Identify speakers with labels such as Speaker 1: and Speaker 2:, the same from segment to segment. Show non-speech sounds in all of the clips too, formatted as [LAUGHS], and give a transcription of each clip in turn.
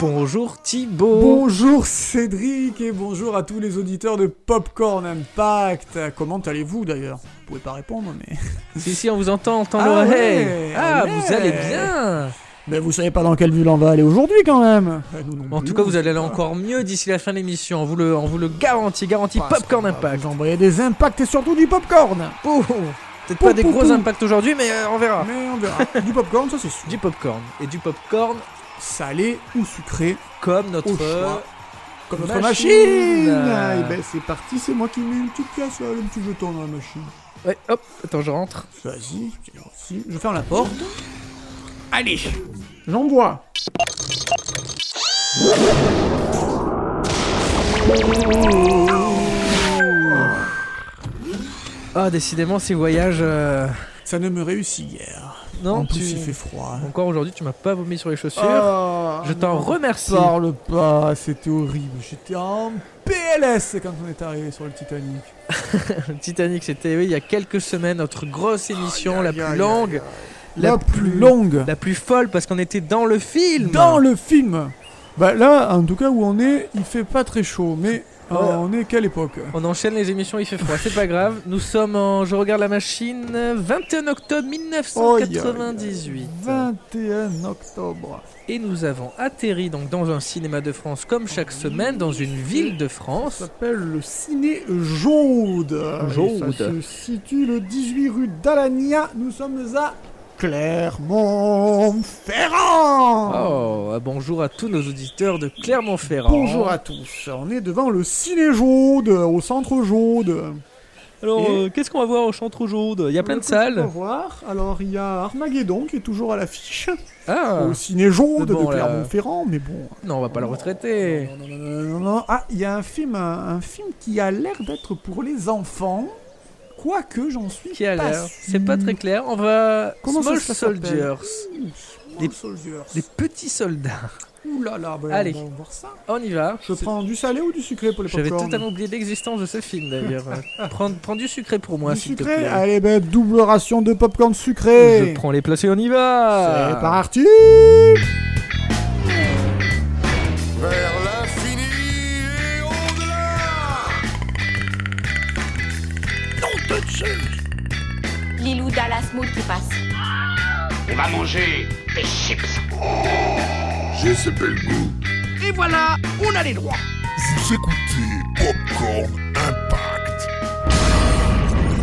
Speaker 1: Bonjour Thibaut
Speaker 2: Bonjour Cédric et bonjour à tous les auditeurs de Popcorn Impact. Comment allez-vous d'ailleurs Vous pouvez pas répondre mais [LAUGHS]
Speaker 1: Si, si, on vous entend, on entend
Speaker 2: Ah
Speaker 1: l'oreille
Speaker 2: ouais,
Speaker 1: Ah,
Speaker 2: ouais.
Speaker 1: vous allez bien
Speaker 2: mais vous savez pas dans quelle ville on va aller aujourd'hui quand même. Euh, nous non
Speaker 1: En
Speaker 2: plus,
Speaker 1: tout cas, vous
Speaker 2: on
Speaker 1: allez
Speaker 2: sait
Speaker 1: aller
Speaker 2: pas.
Speaker 1: encore mieux d'ici la fin de l'émission, on vous le, on vous le garantit, garantit
Speaker 2: Parce
Speaker 1: Popcorn
Speaker 2: qu'on va
Speaker 1: Impact
Speaker 2: Ah, Vous envoyer des impacts et surtout du popcorn.
Speaker 1: Pouh. Peut-être pas
Speaker 2: Pou,
Speaker 1: des
Speaker 2: pou,
Speaker 1: gros
Speaker 2: pou.
Speaker 1: impacts aujourd'hui, mais euh, on verra
Speaker 2: Mais on verra. du popcorn, ça c'est sûr.
Speaker 1: Du popcorn. Et du popcorn
Speaker 2: Salé ou sucré,
Speaker 1: comme notre...
Speaker 2: Au choix. comme notre
Speaker 1: Machine.
Speaker 2: machine. Et ben c'est parti, c'est moi qui mets une petite pièce, là, le petit jeton dans la machine.
Speaker 1: Ouais, hop, attends, je rentre.
Speaker 2: Vas-y, j'ai reçu. je ferme la porte. Allez, j'envoie.
Speaker 1: Ah, décidément, ces voyages... euh,
Speaker 2: Ça ne me réussit guère.
Speaker 1: Non,
Speaker 2: en plus,
Speaker 1: tu...
Speaker 2: il fait froid.
Speaker 1: Encore aujourd'hui, tu m'as pas vomi sur les chaussures.
Speaker 2: Ah,
Speaker 1: je t'en
Speaker 2: non,
Speaker 1: remercie.
Speaker 2: Parle pas, c'était horrible. J'étais en PLS quand on est arrivé sur le Titanic.
Speaker 1: Titanic, c'était oui, il y a quelques semaines notre grosse émission,
Speaker 2: aïe,
Speaker 1: la
Speaker 2: aïe,
Speaker 1: plus
Speaker 2: aïe,
Speaker 1: longue,
Speaker 2: La, plus longue
Speaker 1: la plus folle parce qu'on était dans le film.
Speaker 2: dans le film. Bah là, en tout cas où on est, il fait pas très chaud, mais euh,
Speaker 1: Ouais.
Speaker 2: on est quelle époque
Speaker 1: On enchaîne les émissions, il fait froid, c'est pas grave. Nous sommes en, je regarde la machine, 21 octobre 1998.
Speaker 2: 21 octobre.
Speaker 1: Et nous avons atterri donc dans un cinéma de France comme chaque semaine, dans une ville de
Speaker 2: Ça
Speaker 1: France.
Speaker 2: s'appelle le Ciné Jaude.
Speaker 1: Jaude.
Speaker 2: Et Ça se situe le 18 rue d'Alania. Nous sommes à Clermont-Ferrand.
Speaker 1: Oh, ah, bonjour à tous nos auditeurs de Clermont-Ferrand.
Speaker 2: Bonjour à tous. On est devant le Ciné Jaude, au centre Jaude.
Speaker 1: Alors,
Speaker 2: Et-
Speaker 1: euh, qu'est-ce qu'on va voir au Chantre Jaude Il y a plein de
Speaker 2: Qu'est-ce qu'on peut
Speaker 1: salles.
Speaker 2: voir Alors, il y a Armageddon qui est toujours à l'affiche.
Speaker 1: Ah,
Speaker 2: Au Ciné Jaude
Speaker 1: Mais bon,
Speaker 2: de
Speaker 1: là-
Speaker 2: Clermont-Ferrand. Mais bon.
Speaker 1: non, on va pas le retraiter.
Speaker 2: Non, non, non, non, non. Ah, il y a un film, un, un film qui a l'air d'être pour les enfants. Quoique, j'en suis
Speaker 1: Qui a
Speaker 2: pas
Speaker 1: l'air
Speaker 2: sûr.
Speaker 1: C'est pas très clair. On va.
Speaker 2: Comment ça,
Speaker 1: Small
Speaker 2: ça s'appelle
Speaker 1: Soldiers.
Speaker 2: Ouh,
Speaker 1: Des-
Speaker 2: Soldiers.
Speaker 1: Des petits soldats.
Speaker 2: Ouh là là, bah,
Speaker 1: Allez.
Speaker 2: on va voir ça.
Speaker 1: On y va.
Speaker 2: Je prends du salé ou du sucré pour les
Speaker 1: J'avais
Speaker 2: popcorn
Speaker 1: totalement oublié l'existence de ce film
Speaker 2: [LAUGHS]
Speaker 1: d'ailleurs. prends, prends du sucré pour moi,
Speaker 2: Du
Speaker 1: s'il te
Speaker 2: sucré
Speaker 1: plaît.
Speaker 2: Allez, ben, double ration de popcorn
Speaker 1: Je
Speaker 2: sucré.
Speaker 1: prends les places et on y
Speaker 2: C'est
Speaker 1: va.
Speaker 2: parti Eh,
Speaker 3: Vers l'infini et au-delà
Speaker 4: Lilou Dallas Moult qui passe.
Speaker 5: On va manger des chips.
Speaker 3: J'ai ce bel goût.
Speaker 5: Et voilà, on a les droits.
Speaker 3: Vous écoutez Popcorn Impact.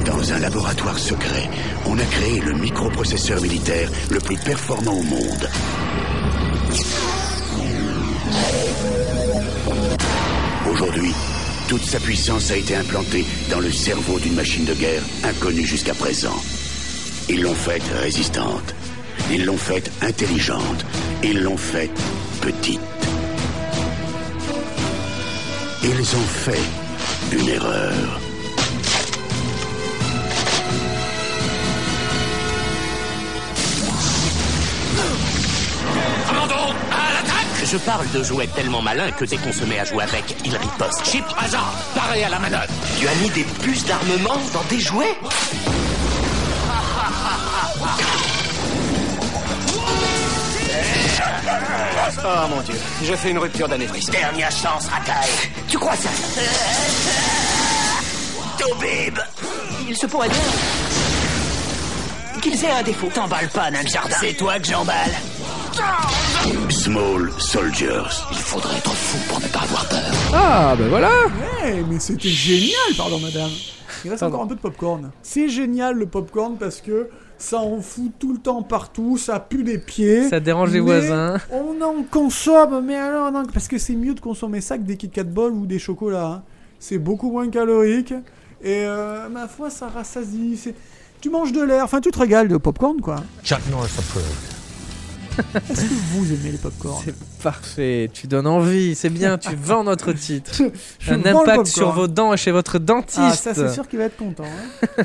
Speaker 6: Dans un laboratoire secret, on a créé le microprocesseur militaire le plus performant au monde. Aujourd'hui, toute sa puissance a été implantée dans le cerveau d'une machine de guerre inconnue jusqu'à présent. Ils l'ont faite résistante. Ils l'ont faite intelligente. Ils l'ont faite petite. Ils ont fait une erreur.
Speaker 5: Commandant, à l'attaque
Speaker 7: Je parle de jouets tellement malins que dès qu'on se met à jouer avec, ils ripostent.
Speaker 5: Chip hasard, paré à la manœuvre.
Speaker 7: Tu as mis des puces d'armement dans des jouets Oh mon dieu, je fais une rupture d'anévrisme. Dernière chance, Rakai. Tu crois ça Tobib Il se pourrait bien qu'ils aient un défaut. T'emballe pas, Nan Jardin. C'est toi que j'emballe.
Speaker 6: Small Soldiers.
Speaker 7: Il faudrait être fou pour ne pas avoir peur.
Speaker 1: Ah, ben voilà.
Speaker 2: Eh, mais c'était génial, pardon madame. Il reste encore un peu de popcorn. C'est génial le popcorn parce que ça en fout tout le temps partout, ça pue des pieds.
Speaker 1: Ça dérange les
Speaker 2: mais
Speaker 1: voisins.
Speaker 2: On en consomme, mais alors non, parce que c'est mieux de consommer ça que des Kit Kat Ball ou des chocolats. hein. C'est beaucoup moins calorique et euh, ma foi ça rassasie. c'est- Tu manges de l'air, enfin tu te régales de popcorn quoi. Est-ce que vous aimez les popcorn
Speaker 1: C'est parfait. Tu donnes envie. C'est bien. Tu vends notre
Speaker 2: [LAUGHS]
Speaker 1: titre.
Speaker 2: Je
Speaker 1: Un
Speaker 2: vends le
Speaker 1: impact
Speaker 2: popcorn.
Speaker 1: sur vos dents et chez votre dentiste.
Speaker 2: Ah ça c'est sûr qu'il va être content. hein.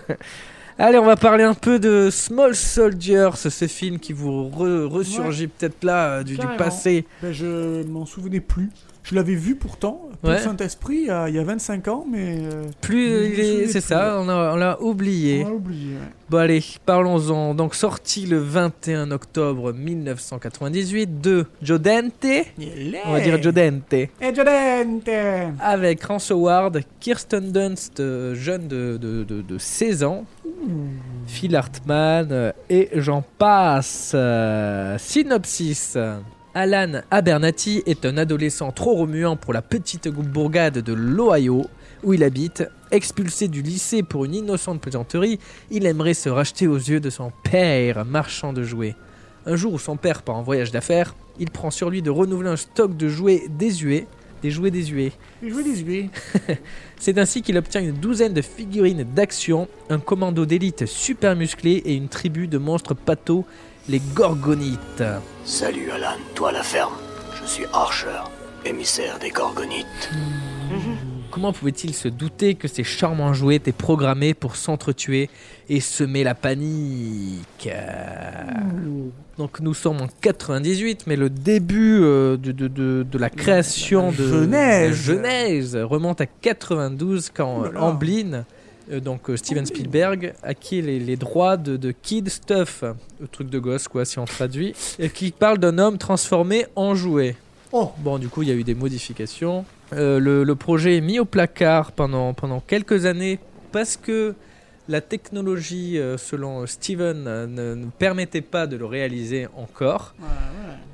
Speaker 1: Allez, on va parler un peu de Small Soldiers, ce film qui vous re- ressurgit peut-être là euh, du, du
Speaker 2: Carrément.
Speaker 1: passé.
Speaker 2: Ben, je m'en souvenais plus. Je l'avais vu pourtant, pour
Speaker 1: Ouais.
Speaker 2: Saint-Esprit, il y a- il y a 25 ans, mais euh,
Speaker 1: Plus
Speaker 2: Je me
Speaker 1: il est-
Speaker 2: souviens
Speaker 1: c'est
Speaker 2: plus,
Speaker 1: ça, on a- on l'a oublié.
Speaker 2: on l'a oublié. ouais.
Speaker 1: Bon allez, parlons-en. Donc sorti le 21 octobre 1998 de Jodente, on va dire Jodente,
Speaker 2: Eh, Jodente
Speaker 1: avec Rance Howard, Kirsten Dunst, euh, jeune de, de, de- de 16 ans, Phil Hartman euh, et j'en passe. Euh, synopsis. Alan Abernathy est un adolescent trop remuant pour la petite bourgade de l'Ohio où il habite. Expulsé du lycée pour une innocente plaisanterie, il aimerait se racheter aux yeux de son père, marchand de jouets. Un jour où son père part en voyage d'affaires, il prend sur lui de renouveler un stock de jouets désuets, des jouets désuets,
Speaker 2: Je vous dis,
Speaker 1: c'est ainsi qu'il obtient une douzaine de figurines d'action, un commando d'élite super musclé et une tribu de monstres patos, les Gorgonites.
Speaker 6: Salut Alan, toi à la ferme. Je suis Archer, émissaire des Gorgonites.
Speaker 1: Comment pouvait-il se douter que ces charmants jouets étaient programmés pour s'entretuer et semer la panique Euh, Donc nous sommes en 98, mais le début euh, de, de- de- de la création
Speaker 2: la
Speaker 1: de
Speaker 2: genèse.
Speaker 1: de la genèse remonte à 92 quand
Speaker 2: Ouh là
Speaker 1: euh,
Speaker 2: là.
Speaker 1: Amblin, euh, donc euh, Steven Spielberg, acquiert les, les droits de, de Kid Stuff, le truc de gosse quoi si on traduit, et qui parle d'un homme transformé en jouet.
Speaker 2: Oh.
Speaker 1: Bon, du coup, il y a eu des modifications. Euh, le, le projet est mis au placard pendant, pendant quelques années parce que la technologie, euh, selon euh, Steven, euh, ne, ne permettait pas de le réaliser encore.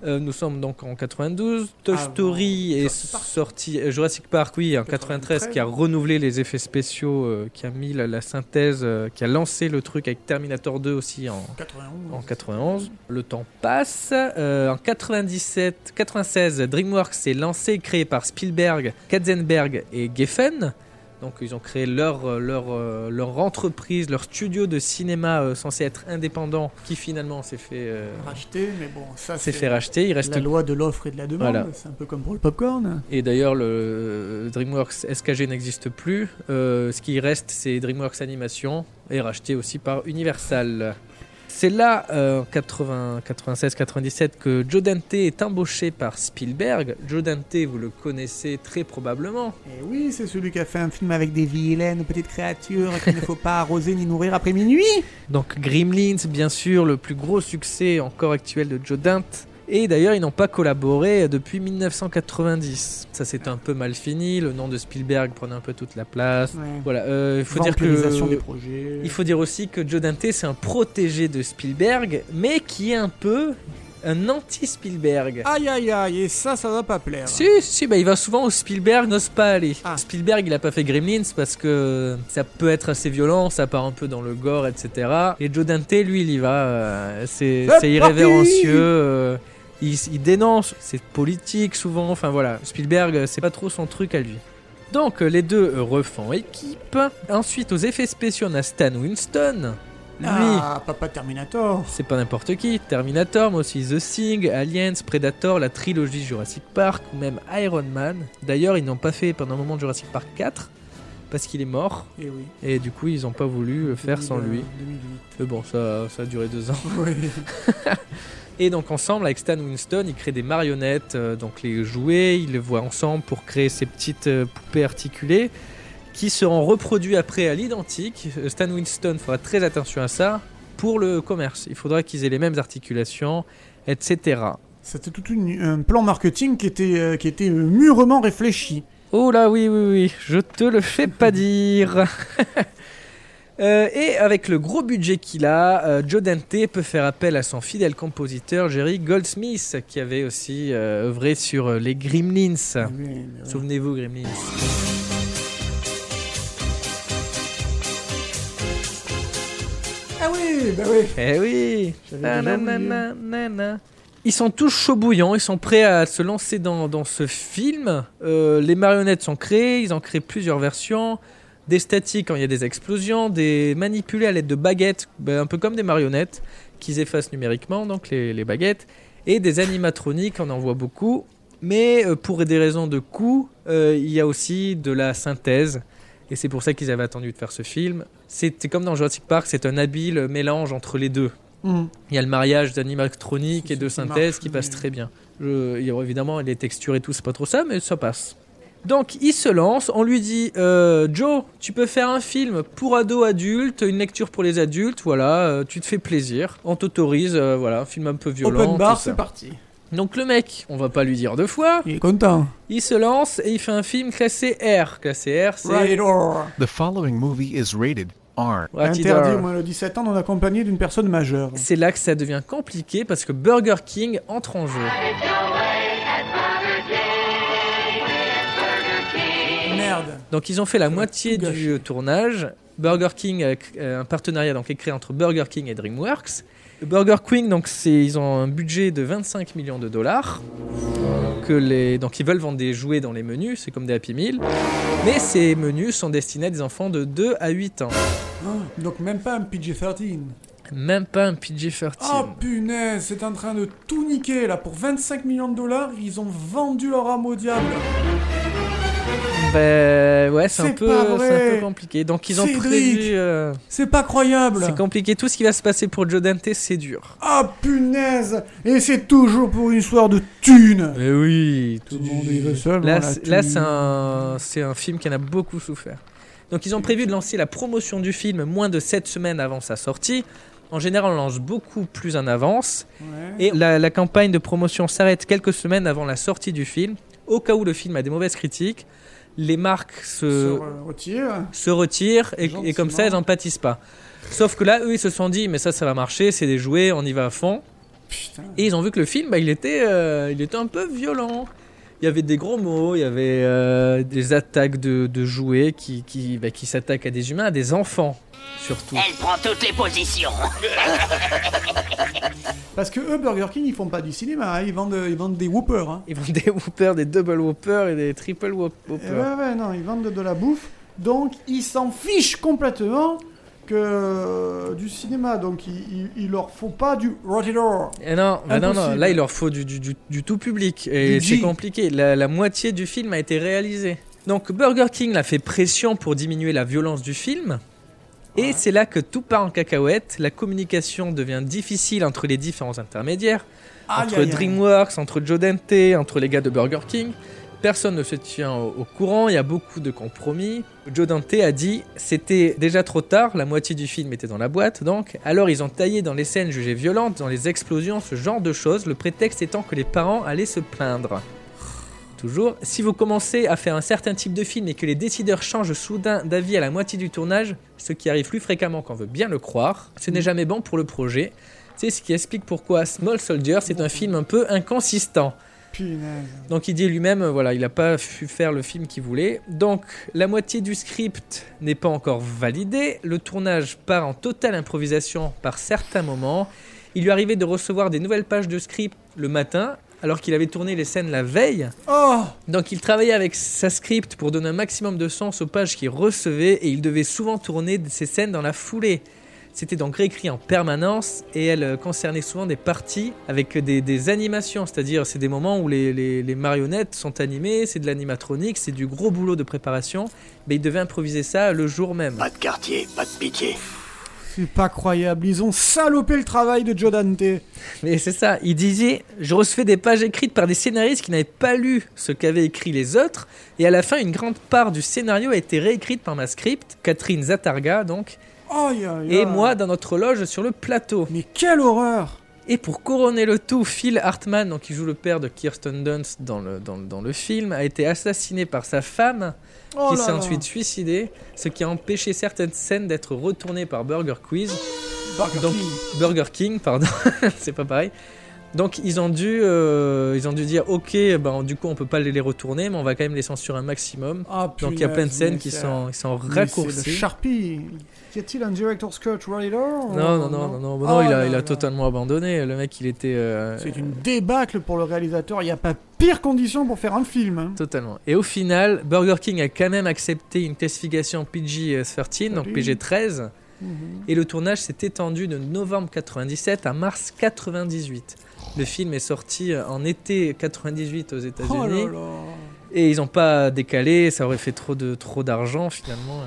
Speaker 1: Euh, nous sommes donc en 92. Toy
Speaker 2: Avant
Speaker 1: Story est
Speaker 2: Ah, Jurassic Park.
Speaker 1: sorti. euh, Jurassic Park, oui, en 93, qui a renouvelé les effets spéciaux, euh, qui a mis la, la synthèse, euh, qui a lancé le truc avec Terminator 2 aussi en,
Speaker 2: 91.
Speaker 1: en 91. Le temps passe. Euh, en 97, 96, DreamWorks est lancé et créé par Spielberg, Katzenberg et Geffen. Donc ils ont créé leur, euh, leur, euh, leur entreprise, leur studio de cinéma euh, censé être indépendant qui finalement s'est fait, euh,
Speaker 2: Racheté, mais bon, ça
Speaker 1: s'est
Speaker 2: c'est
Speaker 1: fait racheter. Il reste
Speaker 2: la loi de l'offre et de la demande.
Speaker 1: Voilà.
Speaker 2: C'est un peu comme pour le popcorn.
Speaker 1: Et d'ailleurs, le euh, DreamWorks SKG n'existe plus. Euh, ce qui reste, c'est DreamWorks Animation, et racheté aussi par Universal. C'est là, euh, en 96-97, que Joe Dante est embauché par Spielberg. Joe Dante, vous le connaissez très probablement.
Speaker 2: Et oui, c'est celui qui a fait un film avec des vilaines petites créatures qu'il ne faut pas [LAUGHS] arroser ni nourrir après minuit.
Speaker 1: Donc Gremlins, bien sûr, le plus gros succès encore actuel de Joe Dante. Et d'ailleurs, ils n'ont pas collaboré depuis 1990. Ça s'est un peu mal fini, le nom de Spielberg prenait un peu toute la place.
Speaker 2: Ouais.
Speaker 1: Voilà, euh, il faut dire
Speaker 2: Vampirisation
Speaker 1: que...
Speaker 2: des projets.
Speaker 1: Il faut dire aussi que Joe Dante, c'est un protégé de Spielberg, mais qui est un peu un anti-Spielberg.
Speaker 2: Aïe aïe aïe, et ça, ça va pas plaire.
Speaker 1: Si, si, bah, il va souvent où Spielberg n'ose pas aller.
Speaker 2: Ah.
Speaker 1: Spielberg, il a pas fait Gremlins parce que ça peut être assez violent, ça part un peu dans le gore, etc. Et Joe Dante, lui, il y va. euh, c'est
Speaker 2: C'est
Speaker 1: c'est irrévérencieux. euh, il, s- il dénonce, c'est politique souvent. Enfin voilà, Spielberg, euh, c'est pas trop son truc à lui. Donc euh, les deux euh, refont équipe. Ensuite, aux effets spéciaux, on a Stan Winston. Lui,
Speaker 2: Ah, papa Terminator.
Speaker 1: c'est pas n'importe qui, Terminator, mais aussi The Thing, Aliens, Predator, la trilogie Jurassic Park ou même Iron Man. D'ailleurs, ils n'ont pas fait pendant un moment Jurassic Park 4 parce qu'il est mort
Speaker 2: Et Eh oui. euh,
Speaker 1: et du coup, ils n'ont pas voulu le faire sans
Speaker 2: 2000,
Speaker 1: lui.
Speaker 2: 2008.
Speaker 1: Mais bon, ça, ça a duré deux ans.
Speaker 2: Oui.
Speaker 1: [LAUGHS] Et donc, ensemble, avec Stan Winston, ils créent des marionnettes, euh, donc les jouets, ils les voient ensemble pour créer ces petites euh, poupées articulées qui seront reproduits après à l'identique. Euh, Stan Winston fera très attention à ça pour le commerce. Il faudra qu'ils aient les mêmes articulations, etc.
Speaker 2: C'était tout une- un plan marketing qui était, euh, qui était mûrement réfléchi.
Speaker 1: Oh là, oui, oui, oui, je te le fais pas dire.
Speaker 2: [LAUGHS]
Speaker 1: Euh, et avec le gros budget qu'il a, euh, Joe Dante peut faire appel à son fidèle compositeur Jerry Goldsmith, qui avait aussi euh, œuvré sur euh, les Gremlins.
Speaker 2: Oui, mais ouais.
Speaker 1: Souvenez-vous, Gremlins.
Speaker 2: Ah oui, bah oui.
Speaker 1: Eh oui
Speaker 2: J'avais
Speaker 1: Na,
Speaker 2: déjà
Speaker 1: na,
Speaker 2: oublié.
Speaker 1: na, na, na. Ils sont tous chauds bouillants, ils sont prêts à se lancer dans, dans ce film. Euh, les marionnettes sont créées, ils en créent plusieurs versions. Des statiques quand il y a des explosions, des manipulés à l'aide de baguettes, ben, un peu comme des marionnettes, qu'ils effacent numériquement, donc les, les baguettes. Et des animatroniques, on en voit beaucoup. Mais euh, pour des raisons de coût, euh, il y a aussi de la synthèse Et c'est pour ça qu'ils avaient attendu de faire ce film. C'est c'est comme dans Jurassic Park, c'est un habile mélange entre les deux.
Speaker 2: Hum.
Speaker 1: Il y a le mariage d'animatronique
Speaker 2: C'est
Speaker 1: et de
Speaker 2: ce qui
Speaker 1: synthèse
Speaker 2: marche,
Speaker 1: qui passe
Speaker 2: mais-
Speaker 1: très bien. Je- il y a évidemment, les textures et tout, c'est pas trop ça, mais ça passe. Donc, il se lance, on lui dit euh, Joe, tu peux faire un film pour ados adultes, une lecture pour les adultes, voilà, euh, tu te fais plaisir, on t'autorise, euh, voilà, un film un peu violent.
Speaker 2: Open bar,
Speaker 1: tout ça.
Speaker 2: c'est parti.
Speaker 1: Donc, le mec, on va pas lui dire deux fois,
Speaker 2: Il est content.
Speaker 1: il se lance et il fait un film classé R. Classé R, c'est.
Speaker 2: Right or.
Speaker 8: The following movie is rated R.
Speaker 1: Rated
Speaker 2: Interdit
Speaker 1: R.
Speaker 2: au moins de 17 ans non accompagné d'une personne majeure.
Speaker 1: C'est là que ça devient compliqué parce que Burger King entre en jeu.
Speaker 2: Merde.
Speaker 1: Donc ils ont fait la moitié
Speaker 2: tout
Speaker 1: du tournage. Burger King, a cr- euh, un partenariat donc est créé entre Burger King et DreamWorks. Burger King, donc c'est, ils ont un budget de 25 millions de dollars. Que les, donc ils veulent vendre des jouets dans les menus, c'est comme des Happy Meal. Mais ces menus sont destinés à des enfants de 2 à 8 ans.
Speaker 2: Oh, donc même pas un PG-13.
Speaker 1: Même pas un PG-13.
Speaker 2: Oh punaise, c'est en train de tout niquer là. Pour 25 millions de dollars, ils ont vendu leur âme au diable.
Speaker 1: Ben, ouais, c'est, un
Speaker 2: C'est
Speaker 1: peu,
Speaker 2: pas vrai.
Speaker 1: c'est un peu compliqué. Donc ils ont
Speaker 2: Cédric.
Speaker 1: prévu... euh,
Speaker 2: C'est pas croyable.
Speaker 1: c'est compliqué. Tout ce qui va se passer pour Joe Dante, c'est dur.
Speaker 2: Ah punaise Et c'est toujours pour une histoire de thunes
Speaker 1: Mais oui,
Speaker 2: Tout le monde y va seul,
Speaker 1: Là,
Speaker 2: voilà,
Speaker 1: c'est-
Speaker 2: tu-
Speaker 1: là, c'est un, c'est un film qui en a beaucoup souffert. Donc, ils ont prévu de lancer la promotion du film moins de 7 semaines avant sa sortie. En général, on lance beaucoup plus en avance.
Speaker 2: Ouais.
Speaker 1: Et la, la campagne de promotion s'arrête quelques semaines avant la sortie du film. Au cas où le film a des mauvaises critiques, les marques se,
Speaker 2: Se re- euh, retire.
Speaker 1: se retirent et, et comme ça,
Speaker 2: Gentiment.
Speaker 1: elles n'en pâtissent pas. Sauf que là, eux, ils se sont dit, mais ça, ça va marcher, c'est des jouets, on y va à fond.
Speaker 2: Putain.
Speaker 1: Et ils ont vu que le film, bah, il, était, euh, il était un peu violent. Il y avait des gros mots, il y avait euh, des attaques de, de jouets qui, qui, bah, qui s'attaquent à des humains, à des enfants surtout.
Speaker 7: Elle prend toutes les positions.
Speaker 2: Parce que eux, Burger King, ils font pas du cinéma, hein, ils, vendent, ils vendent des whoopers. hein.
Speaker 1: Ils vendent [LAUGHS] des whoppers, des double whoppers et des triple whop-
Speaker 2: Eh
Speaker 1: whoppers.
Speaker 2: ouais, ouais, non, ils vendent de, de la bouffe. Donc, ils s'en fichent complètement que euh, du cinéma. Donc, il, il- il leur faut pas du Rotten Horror.
Speaker 1: Et non, bah non, non,
Speaker 2: Impossible.
Speaker 1: là il leur faut du, du, du- du tout public et
Speaker 2: Du
Speaker 1: c'est
Speaker 2: G.
Speaker 1: compliqué. La, la moitié du film a été réalisée. Donc Burger King l'a fait pression pour diminuer la violence du film. Et c'est là que tout part en cacahuète. La communication devient difficile entre les différents intermédiaires.
Speaker 2: Aïe,
Speaker 1: entre
Speaker 2: aïe, aïe.
Speaker 1: DreamWorks, entre Joe Dante, entre les gars de Burger King. Personne ne se tient au, au courant, il y a beaucoup de compromis. Joe Dante a dit c'était déjà trop tard, la moitié du film était dans la boîte donc. Alors ils ont taillé dans les scènes jugées violentes, dans les explosions, ce genre de choses, le prétexte étant que les parents allaient se plaindre. Toujours, si vous commencez à faire un certain type de film et que les décideurs changent soudain d'avis à la moitié du tournage, ce qui arrive plus fréquemment qu'on veut bien le croire, ce n'est jamais bon pour le projet. C'est ce qui explique pourquoi Small Soldier, c'est un film un peu inconsistant.
Speaker 2: Punaise.
Speaker 1: Donc il dit lui-même, euh, voilà, il n'a pas pu faire le film qu'il voulait. Donc la moitié du script n'est pas encore validée. Le tournage part en totale improvisation par certains moments. Il lui arrivait de recevoir des nouvelles pages de script le matin, alors qu'il avait tourné les scènes la veille.
Speaker 2: Oh
Speaker 1: Donc il travaillait avec sa script pour donner un maximum de sens aux pages qu'il recevait et il devait souvent tourner ses scènes dans la foulée. C'était donc réécrit en permanence et elle euh, concernait souvent des parties avec des, des animations, c'est-à-dire c'est des moments où les, les- les marionnettes sont animées, c'est de l'animatronique, c'est du gros boulot de préparation, mais il devait improviser ça le jour même.
Speaker 6: Pas de quartier, pas de pitié.
Speaker 2: C'est pas croyable, ils ont salopé le travail de Joe Dante.
Speaker 1: Mais c'est ça, il disait Je recevais des pages écrites par des scénaristes qui n'avaient pas lu ce qu'avaient écrit les autres, et à la fin, une grande part du scénario a été réécrite par ma script, Catherine Zatarga donc,
Speaker 2: Aïe, aïe,
Speaker 1: et
Speaker 2: aïe.
Speaker 1: moi dans notre loge sur le plateau.
Speaker 2: Mais quelle horreur
Speaker 1: Et pour couronner le tout, Phil Hartman, donc qui joue le père de Kirsten Dunst dans le, dans, le- dans le film, a été assassiné par sa femme,
Speaker 2: Oh
Speaker 1: qui
Speaker 2: là
Speaker 1: s'est
Speaker 2: là.
Speaker 1: ensuite suicidée, ce qui a empêché certaines scènes d'être retournées par Burger Quiz.
Speaker 2: Burger
Speaker 1: Donc-
Speaker 2: King.
Speaker 1: Burger King, pardon, [LAUGHS] c'est pas pareil. Donc ils ont dû, euh, ils ont dû dire, ok, ben du coup on peut pas les les retourner, mais on va quand même les censurer un maximum.
Speaker 2: Ah,
Speaker 1: Donc il y a
Speaker 2: punaise,
Speaker 1: plein de scènes
Speaker 2: mais
Speaker 1: qui
Speaker 2: c'est-
Speaker 1: sont, qui sont
Speaker 2: mais C'est le
Speaker 1: raccourcies.
Speaker 2: Sharpie. Y a-t-il un director's cut Rider
Speaker 1: Non non non non non, bon, non, il a, il a totalement abandonné. Le mec il était euh,
Speaker 2: Oh C'est une débâcle pour le réalisateur. Il n'y a pas pire condition pour faire un film. hein.
Speaker 1: Totalement. Et au final, Burger King a quand même accepté une classification PG-13, donc
Speaker 2: Salut. Mhm.
Speaker 1: PG-13. Et le tournage s'est étendu de novembre 97 à mars 98. Le film est sorti euh, en été 98 aux
Speaker 2: Oh là
Speaker 1: États-Unis.
Speaker 2: là.
Speaker 1: Et ils n'ont pas décalé, ça aurait fait trop de trop d'argent finalement.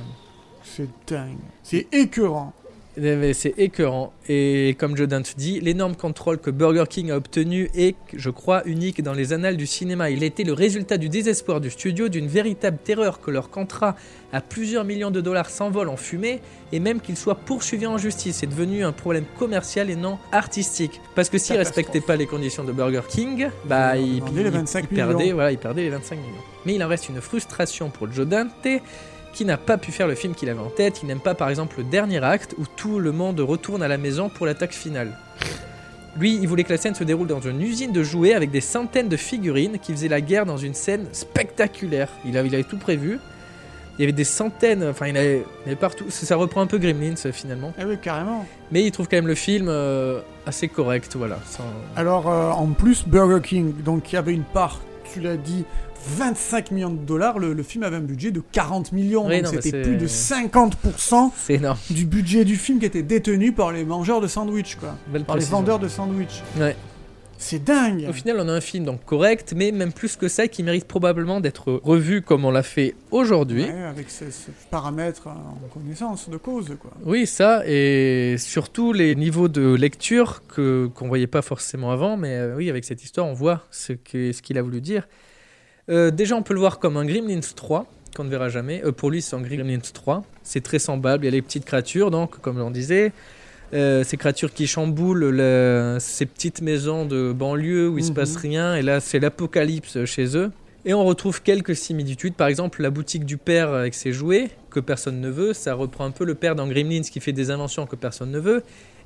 Speaker 2: C'est dingue. C'est écœurant.
Speaker 1: Mais- mais Eh ben, C'est écœurant. Et comme Jodin te dit, l'énorme contrôle que Burger King a obtenu est, je crois, unique dans les annales du cinéma. Il a été le résultat du désespoir du studio, d'une véritable terreur que leur contrat à plusieurs millions de dollars s'envole en fumée et même qu'il soit poursuivi en justice. C'est devenu un problème commercial et non artistique. Parce que s'ils
Speaker 2: Catastrophe.
Speaker 1: respectaient pas les conditions de Burger King, bah,
Speaker 2: Ils ont
Speaker 1: ils,
Speaker 2: demandé les
Speaker 1: ils-
Speaker 2: 25
Speaker 1: ils perdaient,
Speaker 2: millions.
Speaker 1: voilà, ils perdaient les 25 millions. Mais il en reste une frustration pour Joe Dante qui n'a pas pu faire le film qu'il avait en tête, il n'aime pas par exemple le dernier acte où tout le monde retourne à la maison pour l'attaque finale. Lui, il voulait que la scène se déroule dans une usine de jouets avec des centaines de figurines qui faisaient la guerre dans une scène spectaculaire. Il avait, il avait tout prévu. Il y avait des centaines, enfin il y en avait, il y en avait partout. Ça ça reprend un peu Gremlins euh, finalement.
Speaker 2: Ah oui, carrément.
Speaker 1: Mais il trouve quand même le film euh, assez correct, voilà. sans-
Speaker 2: Alors, euh, en plus, Burger King, donc il y avait une part, tu l'as dit, 25 millions de dollars. Le, le film avait un budget de 40 millions.
Speaker 1: Oui,
Speaker 2: donc
Speaker 1: non, mais
Speaker 2: c'était
Speaker 1: c'est-
Speaker 2: plus de 50%
Speaker 1: C'est énorme.
Speaker 2: du budget du film qui était détenu par les mangeurs de sandwich, quoi.
Speaker 1: Belle
Speaker 2: Par les
Speaker 1: précision.
Speaker 2: vendeurs de sandwich.
Speaker 1: Ouais.
Speaker 2: C'est dingue.
Speaker 1: Au final, on a un film donc correct, mais même plus que ça, qui mérite probablement d'être revu comme on l'a fait aujourd'hui.
Speaker 2: Ouais, avec ce, ce paramètre euh, en connaissance de cause, quoi.
Speaker 1: Oui, ça, et surtout les niveaux de lecture que qu'on voyait pas forcément avant, mais euh, oui, avec cette histoire, on voit ce que- ce qu'il a voulu dire. Euh, déjà, on peut le voir comme un Gremlins 3, qu'on ne verra jamais. Euh, pour lui, c'est un Gremlins 3. C'est très semblable. Il y a les petites créatures, donc, comme on disait. Euh, ces créatures qui chamboulent le- ces petites maisons de banlieue où il se
Speaker 2: Mhm.
Speaker 1: passe rien, et là, c'est l'apocalypse chez eux. Et on retrouve quelques similitudes, par exemple la boutique du père avec ses jouets, que personne ne veut, ça reprend un peu le père dans Gremlins qui fait des inventions que personne ne veut,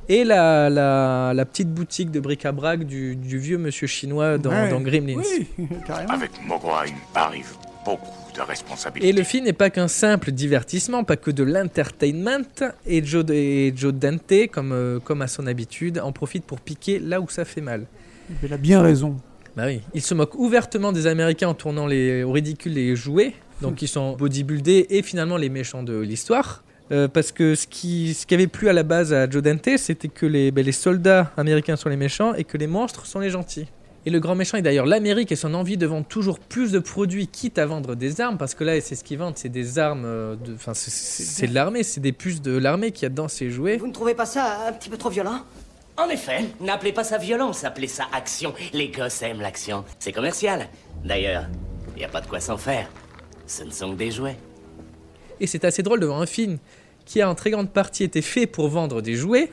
Speaker 1: et la, la, la petite boutique de bric-à-brac du, du vieux monsieur chinois dans,
Speaker 2: Ouais.
Speaker 1: dans Gremlins.
Speaker 2: Oui, [LAUGHS] carrément.
Speaker 9: Avec Mogwai arrive beaucoup de responsabilités.
Speaker 1: Et le film n'est pas qu'un simple divertissement, pas que de l'entertainment, et Joe, et Joe Dante, comme, euh, comme à son habitude, en profite pour piquer là où ça fait mal.
Speaker 2: Mais Ah. Il a bien raison.
Speaker 1: Bah oui. Il se moque ouvertement des Américains en tournant les, au ridicule les jouets, donc ils sont bodybuildés et finalement les méchants de l'histoire. Euh, parce que ce qui, ce qui avait plu à la base à Joe Dante, c'était que les, ben, les soldats américains sont les méchants et que les monstres sont les gentils. Et le grand méchant est d'ailleurs l'Amérique et son envie de vendre toujours plus de produits, quitte à vendre des armes, parce que là, c'est ce qu'ils vendent, c'est des armes, euh, de- enfin, c'est- c'est c'est de l'armée, c'est des puces de l'armée qu'il y a dans ces jouets.
Speaker 7: Vous ne trouvez pas ça un petit peu trop violent
Speaker 10: En effet, n'appelez pas ça violence, appelez ça action. Les gosses aiment l'action. C'est commercial. D'ailleurs, y a pas de quoi s'en faire. Ce ne sont que des jouets.
Speaker 1: Et c'est assez drôle de voir un film qui a en très grande partie été fait pour vendre des jouets,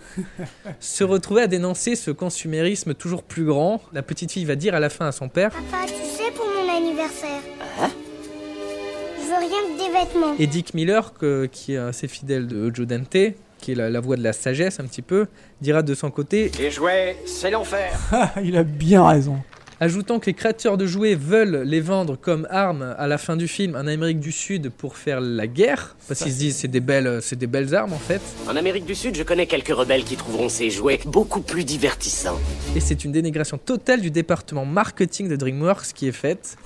Speaker 1: se retrouver à dénoncer ce consumérisme toujours plus grand. La petite fille va dire à la fin à son père,
Speaker 4: Papa, tu sais pour mon anniversaire Je veux rien que des vêtements.
Speaker 1: et Dick Miller, que- qui est assez fidèle de Joe Dante, qui est la, la voix de la sagesse un petit peu, dira de son côté,
Speaker 5: Les jouets, c'est l'enfer.
Speaker 2: [LAUGHS] Il a bien raison.
Speaker 1: ajoutons que les créateurs de jouets veulent les vendre comme armes à la fin du film en Amérique du Sud pour faire la guerre, parce qu'ils se disent c'est des belles, c'est des belles armes en fait.
Speaker 10: En Amérique du Sud, je connais quelques rebelles qui trouveront ces jouets beaucoup plus divertissants.
Speaker 1: Et c'est une dénégration totale du département marketing de DreamWorks qui est faite.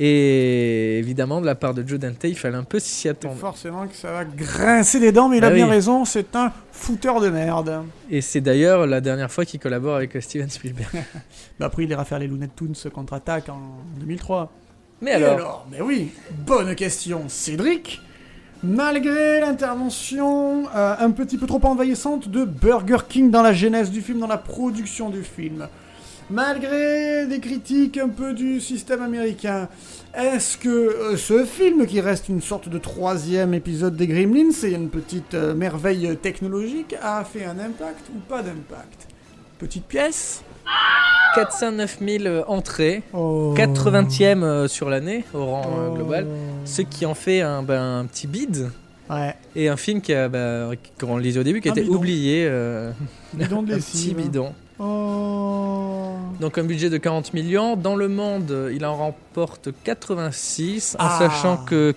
Speaker 1: Et évidemment, de la part de Joe Dante, il fallait un peu s'y attendre.
Speaker 2: Forcément que ça va grincer des dents, mais il a
Speaker 1: Bah
Speaker 2: bien
Speaker 1: oui.
Speaker 2: raison. C'est un fouteur de merde.
Speaker 1: Et c'est d'ailleurs la dernière fois qu'il collabore avec euh, Steven
Speaker 2: [LAUGHS]
Speaker 1: Spielberg.
Speaker 2: Bah après, il ira faire les Looney Tunes contre-attaque en 2003.
Speaker 1: Mais
Speaker 2: Et
Speaker 1: alors,
Speaker 2: Mais Ben oui, bonne question, Cédric. Malgré l'intervention euh, un petit peu trop envahissante de Burger King dans la genèse du film, dans la production du film, malgré des critiques un peu du système américain, est-ce que euh, ce film, qui reste une sorte de troisième épisode des Gremlins, c'est une petite euh, merveille technologique, a fait un impact ou pas d'impact Petite pièce
Speaker 1: 409 000 euh, entrées,
Speaker 2: Oh.
Speaker 1: 80e euh, sur l'année au rang euh,
Speaker 2: Oh.
Speaker 1: global, ce qui en fait un, ben, un petit bid.
Speaker 2: Ouais,
Speaker 1: Et un film qui, a, ben, qui- comme on le disait au début, qui
Speaker 2: Un
Speaker 1: était
Speaker 2: bidon. hein.
Speaker 1: oublié, euh,
Speaker 2: bidon
Speaker 1: [LAUGHS]
Speaker 2: de
Speaker 1: un petit
Speaker 2: lessive.
Speaker 1: bidon.
Speaker 2: Oh.
Speaker 1: Donc un budget de 40 millions. Dans le monde, euh, il en remporte 86, en
Speaker 2: Ah.
Speaker 1: sachant que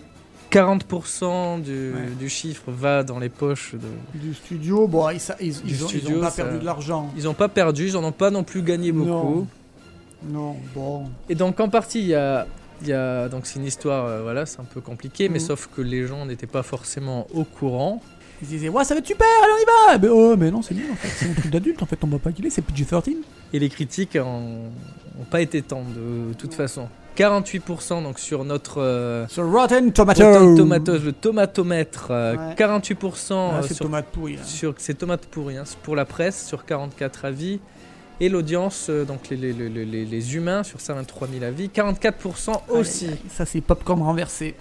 Speaker 1: 40% du,
Speaker 2: Ouais.
Speaker 1: du chiffre va dans les poches de...
Speaker 2: du studio. Bon, ils, ça-
Speaker 1: Du
Speaker 2: ils, ils ont, ils ont
Speaker 1: studio,
Speaker 2: pas
Speaker 1: ça-
Speaker 2: perdu de l'argent.
Speaker 1: Ils n'ont pas perdu, ils n'en ont pas non plus gagné beaucoup.
Speaker 2: Non. Non, bon.
Speaker 1: Et donc en partie, il y a... il y a- donc c'est une histoire, euh, voilà, c'est un peu compliqué, mais
Speaker 2: Mhm.
Speaker 1: sauf que les gens n'étaient pas forcément au courant.
Speaker 2: Ils disaient, ouais, ça va être super, allez, on y va Mais, oh, mais non, c'est nul en fait, c'est un truc d'adulte en fait, on voit pas qu'il est, c'est PG-13.
Speaker 1: Et les critiques n'ont pas été tant de toute façon. 48% donc sur notre euh,
Speaker 2: Sur Rotten Tomatoes.
Speaker 1: Rotten Tomatoes, le tomatomètre, euh,
Speaker 2: Ouais.
Speaker 1: 48%
Speaker 2: Ah,
Speaker 1: euh,
Speaker 2: c'est
Speaker 1: sur,
Speaker 2: tomate pourrie, là.
Speaker 1: sur c'est tomate pourrie, hein, pour la presse sur 44 avis et l'audience euh, donc les, les, les, les- les humains sur 123 000 avis, 44% aussi.
Speaker 2: Aïe, aïe, aïe. Ça, c'est popcorn renversé.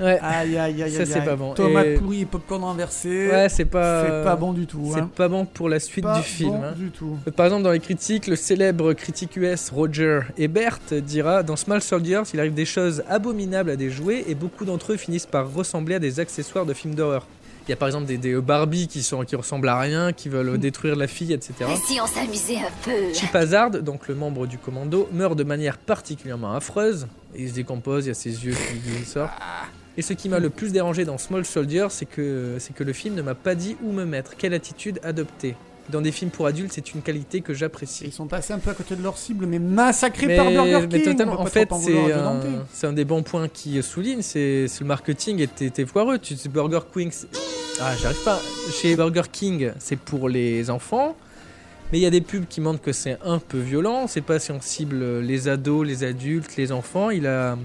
Speaker 1: Ouais.
Speaker 2: Aïe, aïe, aïe,
Speaker 1: Ça,
Speaker 2: aïe,
Speaker 1: c'est
Speaker 2: aïe.
Speaker 1: pas bon.
Speaker 2: Tomate
Speaker 1: Et-
Speaker 2: pourrie et popcorn renversé.
Speaker 1: Ouais, c'est pas
Speaker 2: C'est pas bon du tout.
Speaker 1: C'est
Speaker 2: hein.
Speaker 1: pas bon pour la suite
Speaker 2: Pas
Speaker 1: du film.
Speaker 2: bon
Speaker 1: hein.
Speaker 2: du tout.
Speaker 1: Euh, Par exemple, dans les critiques, le célèbre critique US Roger Ebert dira Dans Small Soldiers, il arrive des choses abominables à des jouets et beaucoup d'entre eux finissent par ressembler à des accessoires de films d'horreur. Il y a par exemple des, des Barbie qui, sont, qui ressemblent à rien, qui veulent détruire la fille, etc.
Speaker 11: Et si on s'amusait un peu
Speaker 1: Chip Hazard, donc le membre du commando, meurt de manière particulièrement affreuse. Il se décompose, il y a ses yeux qui qui sortent. Et ce qui m'a le plus dérangé dans Small Soldier, c'est que, c'est que le film ne m'a pas dit où me mettre, quelle attitude adopter. Dans des films pour adultes, c'est une qualité que j'apprécie.
Speaker 2: Ils sont passés un peu à côté de leur cible, mais massacrés
Speaker 1: Mais,
Speaker 2: par Burger King.
Speaker 1: mais totalement,
Speaker 2: On peut
Speaker 1: en
Speaker 2: pas
Speaker 1: fait,
Speaker 2: trop en vouloir
Speaker 1: c'est
Speaker 2: à
Speaker 1: un,
Speaker 2: Dante.
Speaker 1: c'est un des bons points qui souligne, c'est c'est le marketing était, était foireux. Tu sais, Burger King, c'est- ah, j'arrive pas. Chez Burger King, c'est pour les enfants, mais il y a des pubs qui montrent que c'est un peu violent. On sait pas si on cible les ados, les adultes, les enfants. Il a,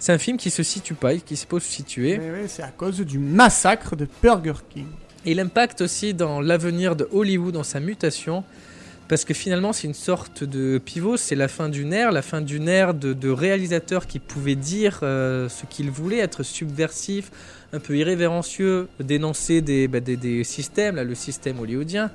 Speaker 1: c'est un film qui se situe pas, qui se pose situer.
Speaker 2: Mais ouais, c'est à cause du massacre de Burger King.
Speaker 1: Et l'impact aussi dans l'avenir de Hollywood, dans sa mutation, parce que finalement c'est une sorte de pivot, c'est la fin d'une ère, la fin d'une ère de, de réalisateurs qui pouvaient dire euh, ce qu'ils voulaient, être subversifs, un peu irrévérencieux, dénoncer des, bah, des- des systèmes, là, le système hollywoodien.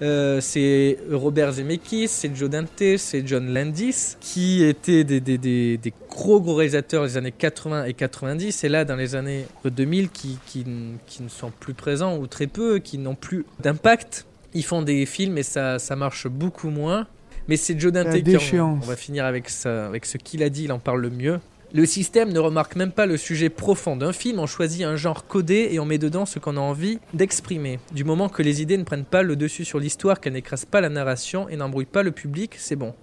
Speaker 1: Euh, c'est Robert Zemeckis, c'est Joe Dante, c'est John Landis, qui étaient des, des- des- des gros gros réalisateurs des années 80 et 90, et là dans les années 2000 qui, qui n- qui ne sont plus présents ou très peu, qui n'ont plus d'impact. Ils font des films et ça, ça marche beaucoup moins. Mais c'est Joe Dante
Speaker 2: La
Speaker 1: qui en-
Speaker 2: déchéance.
Speaker 1: on va finir avec, ça, avec ce qu'il a dit, il en parle le mieux. Le système ne remarque même pas le sujet profond d'un film, on choisit un genre codé et on met dedans ce qu'on a envie d'exprimer. Du moment que les idées ne prennent pas le dessus sur l'histoire, qu'elles n'écrasent pas la narration et n'embrouillent pas le public, c'est bon.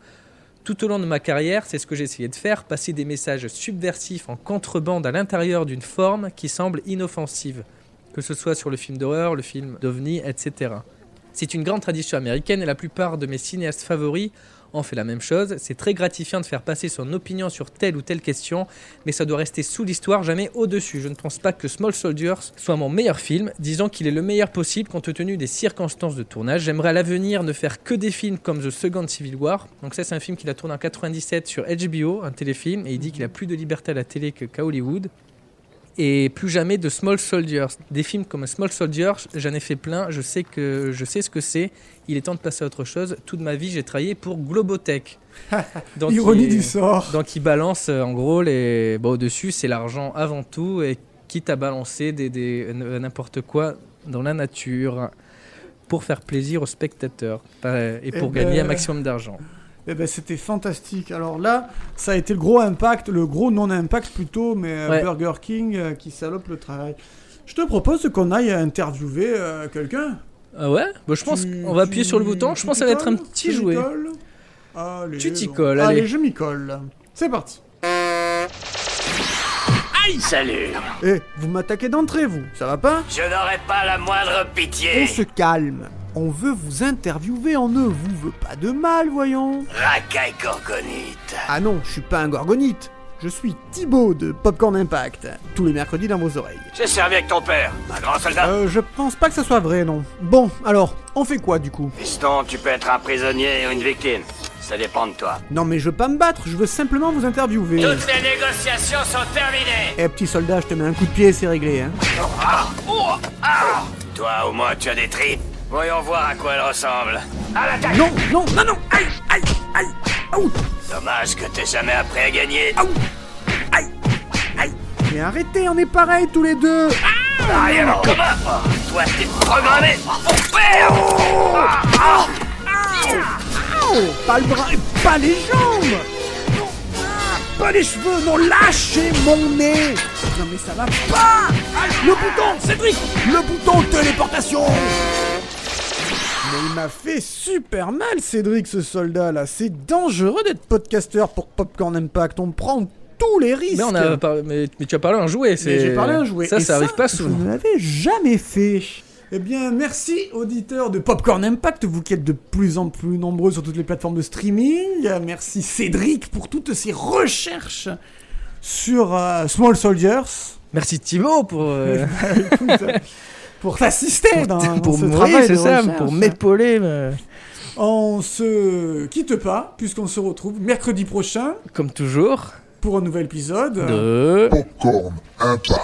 Speaker 1: Tout au long de ma carrière, c'est ce que j'ai essayé de faire, passer des messages subversifs en contrebande à l'intérieur d'une forme qui semble inoffensive, que ce soit sur le film d'horreur, le film d'ovni, etc. C'est une grande tradition américaine et la plupart de mes cinéastes favoris ont fait la même chose. C'est très gratifiant de faire passer son opinion sur telle ou telle question, mais ça doit rester sous l'histoire, jamais au-dessus. Je ne pense pas que Small Soldiers soit mon meilleur film, disons qu'il est le meilleur possible compte tenu des circonstances de tournage. J'aimerais à l'avenir ne faire que des films comme The Second Civil War. Donc ça c'est un film qu'il a tourné en 97 sur HBO, un téléfilm, et il dit qu'il a plus de liberté à la télé que- qu'à Hollywood et plus jamais de Small Soldiers. Des films comme Small Soldiers, j'en ai fait plein, je sais, que, je sais ce que c'est, il est temps de passer à autre chose. Toute ma vie, j'ai travaillé pour
Speaker 2: [LAUGHS]
Speaker 1: Globotech. Donc,
Speaker 2: Ironie
Speaker 1: il-
Speaker 2: du sort.
Speaker 1: Donc il balance euh, en gros les... bah, au-dessus, c'est l'argent avant tout, et quitte à balancer des, des- n- n'importe quoi dans la nature pour faire plaisir aux spectateurs euh, et
Speaker 2: Eh
Speaker 1: pour
Speaker 2: ben,
Speaker 1: gagner un maximum d'argent.
Speaker 2: Eh ben, c'était fantastique. Alors là, ça a été le gros impact, le gros non-impact plutôt, mais euh,
Speaker 1: Ouais.
Speaker 2: Burger King euh, qui salope le travail. Je te propose qu'on aille interviewer euh, quelqu'un.
Speaker 1: Ah ouais Bah, Je pense qu'on va appuyer sur le bouton, je pense que ça va être un petit jouet.
Speaker 2: Allez,
Speaker 1: Tu t'y
Speaker 2: bon.
Speaker 1: colles,
Speaker 2: allez.
Speaker 1: allez.
Speaker 2: je m'y colle. C'est parti.
Speaker 5: Aïe, salut
Speaker 2: Eh, vous m'attaquez d'entrée, vous. Ça va pas
Speaker 5: Je n'aurais pas la moindre pitié
Speaker 2: On se calme. On veut vous interviewer, on ne vous veut pas de mal, voyons.
Speaker 5: Racaille Gorgonite
Speaker 2: Ah non, je suis pas un gorgonite. Je suis Thibaut de Popcorn Impact, tous les mercredis dans vos oreilles.
Speaker 5: J'ai servi avec ton père, un grand soldat
Speaker 2: Euh, je pense pas que ça soit vrai, non. Bon, alors, on fait quoi du coup
Speaker 5: Piston, tu peux être un prisonnier ou une victime. Ça dépend de toi.
Speaker 2: Non, mais je veux pas me battre, je veux simplement vous interviewer.
Speaker 5: Toutes les négociations sont terminées
Speaker 2: Eh, petit soldat, je te mets un coup de pied, c'est réglé, hein.
Speaker 5: Ah Oh Ah Toi, au moins, tu as des tripes. Voyons voir à quoi elles ressemblent. À l'attaque
Speaker 2: Non, non, non, non
Speaker 5: Aïe Aïe Aïe Ouh Dommage que t'es jamais appris à gagner. Ouh Aïe Aïe
Speaker 2: Mais arrêtez, on est pareil tous les deux
Speaker 5: Ah, Rien en commun Oh, Toi, t'es programmé Mon père Ah, ah.
Speaker 2: Oh, Pas le bras, et pas les jambes Pas les cheveux, non, lâchez mon nez Non mais ça va pas Le bouton Cédric Le bouton téléportation Mais il m'a fait super mal Cédric ce soldat là C'est dangereux d'être podcasteur pour Popcorn Impact, on prend tous les risques
Speaker 1: Mais, on a par- mais, mais tu as parlé à un jouet,
Speaker 2: Mais
Speaker 1: c'est.
Speaker 2: j'ai parlé à un jouet.
Speaker 1: Ça,
Speaker 2: Et [LAUGHS]
Speaker 1: ça arrive pas souvent.
Speaker 2: Je ne l'avais jamais fait. Eh bien, merci auditeurs de Popcorn Impact, vous qui êtes de plus en plus nombreux sur toutes les plateformes de streaming. Merci Cédric pour toutes ses recherches sur euh, Small Soldiers.
Speaker 1: Merci Thibaut pour. euh,
Speaker 2: Écoute, euh, pour t'assister dans, dans
Speaker 1: pour
Speaker 2: ce
Speaker 1: m'aider,
Speaker 2: travail
Speaker 1: c'est
Speaker 2: de
Speaker 1: ça,
Speaker 2: recherche.
Speaker 1: pour m'épauler. euh,
Speaker 2: On se quitte pas, puisqu'on se retrouve mercredi prochain.
Speaker 1: Comme toujours.
Speaker 2: Pour un Ah. nouvel épisode.
Speaker 1: De.
Speaker 3: Popcorn Impact.